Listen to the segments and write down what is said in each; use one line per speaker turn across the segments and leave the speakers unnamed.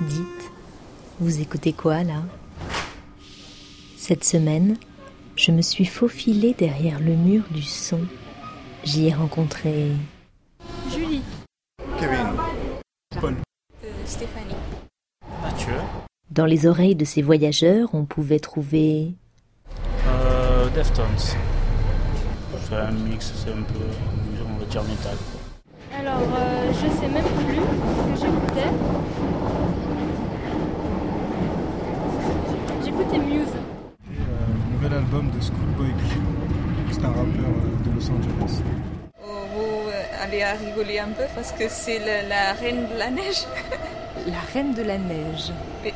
Dites, vous écoutez quoi là Cette semaine, je me suis faufilée derrière le mur du son. J'y ai rencontré
Julie.
Kevin. Paul.
Stéphanie.
Mathieu.
Dans les oreilles de ces voyageurs, on pouvait trouver
Euh, Deftones. C'est un mix, c'est un peu, on va dire métal. quoi.
Alors, euh, je sais même plus ce que j'écoutais. J'écoutais Muse.
Et, euh, le nouvel album de Schoolboy Q. C'est un rappeur euh, de Los Angeles.
Vous euh, allez à rigoler un peu parce que c'est la, la reine de la neige.
La Reine de la Neige.
Oui.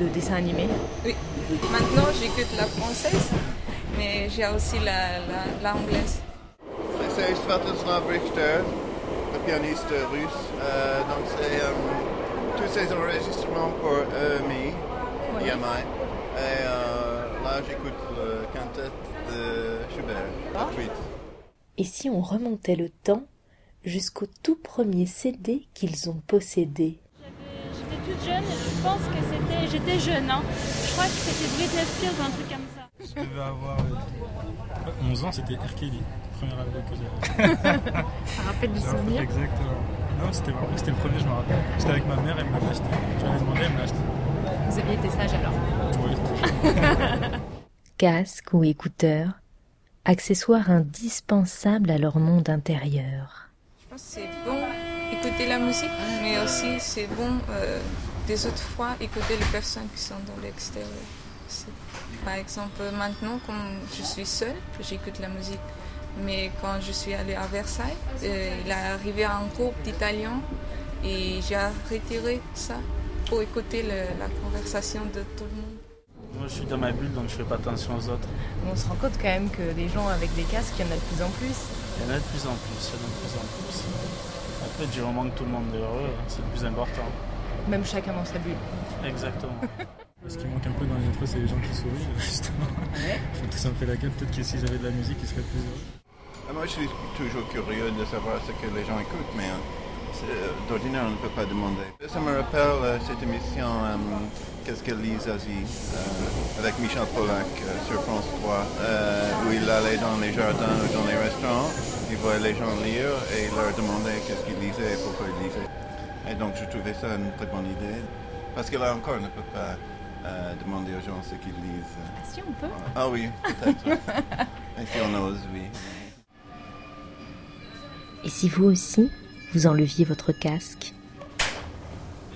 Le dessin animé.
Oui. Maintenant, j'écoute la française, mais j'ai aussi la, la, l'anglaise.
C'est Svetoslav Richter, le pianiste russe. Euh, donc c'est euh, tous ces enregistrements pour EMI, EMI. Et euh, là j'écoute le quintet de Schubert, le tweet.
Et si on remontait le temps jusqu'au tout premier CD qu'ils ont possédé
J'avais- J'étais toute jeune et je pense que c'était. J'étais jeune, hein. Je crois que c'était Britney Spears ou un truc comme ça.
Je devais avoir euh,
11 ans, c'était R. Kelly, le premier album que j'avais.
Ça rappelle des
j'ai un truc
souvenirs.
exact. euh, Non, c'était vraiment- c'était le premier, je me rappelle. J'étais avec ma mère, elle me l'a acheté. Je l'avais demandé, elle me l'a acheté.
Vous aviez été sage alors.
Oui.
casque ou écouteurs, accessoires indispensables à leur monde intérieur.
Je pense que c'est bon écouter la musique, mais aussi c'est bon euh, des autres fois écouter les personnes qui sont dans l'extérieur. aussi. Par exemple, maintenant, quand je suis seule, j'écoute la musique. Mais quand je suis allée à Versailles, euh, il est arrivé un groupe d'Italiens et j'ai retiré ça pour écouter le- la conversation de tout le monde.
Moi, je suis dans ma bulle, donc je fais pas attention aux autres.
On se rend compte quand même que les gens avec des casques, il y en a de plus en plus.
Il y en a de plus en plus, il y en a de plus en plus. Après, du moment que tout le monde est heureux, hein, c'est le plus important.
Même chacun dans sa bulle.
Exactement.
Ce qui manque un peu dans les métros, c'est les gens qui sourient, euh, justement.
Ah
Faut tous un peu la gueule. Peut-être que si j'avais de la musique, ils seraient plus heureux.
Et Ah, moi je suis toujours curieux de savoir ce que les gens écoutent, mais euh, c'est- euh, d'ordinaire on ne peut pas demander. Ça me rappelle euh, cette émission euh, Qu'est-ce que Lise Asie euh, avec Michel Pollack euh, sur France 3, euh, où il allait dans les jardins ou dans les restaurants, il voyait les gens lire et il leur demandait qu'est-ce qu'ils lisaient et pourquoi ils lisaient. Et donc je trouvais ça une très bonne idée, parce que là encore on ne peut pas euh, demander aux gens ce qu'ils lisent.
Si on peut.
Ah oui, peut-être. et si on ose, oui.
Et si vous aussi, vous enleviez votre casque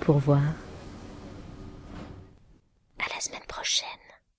pour voir À la semaine prochaine.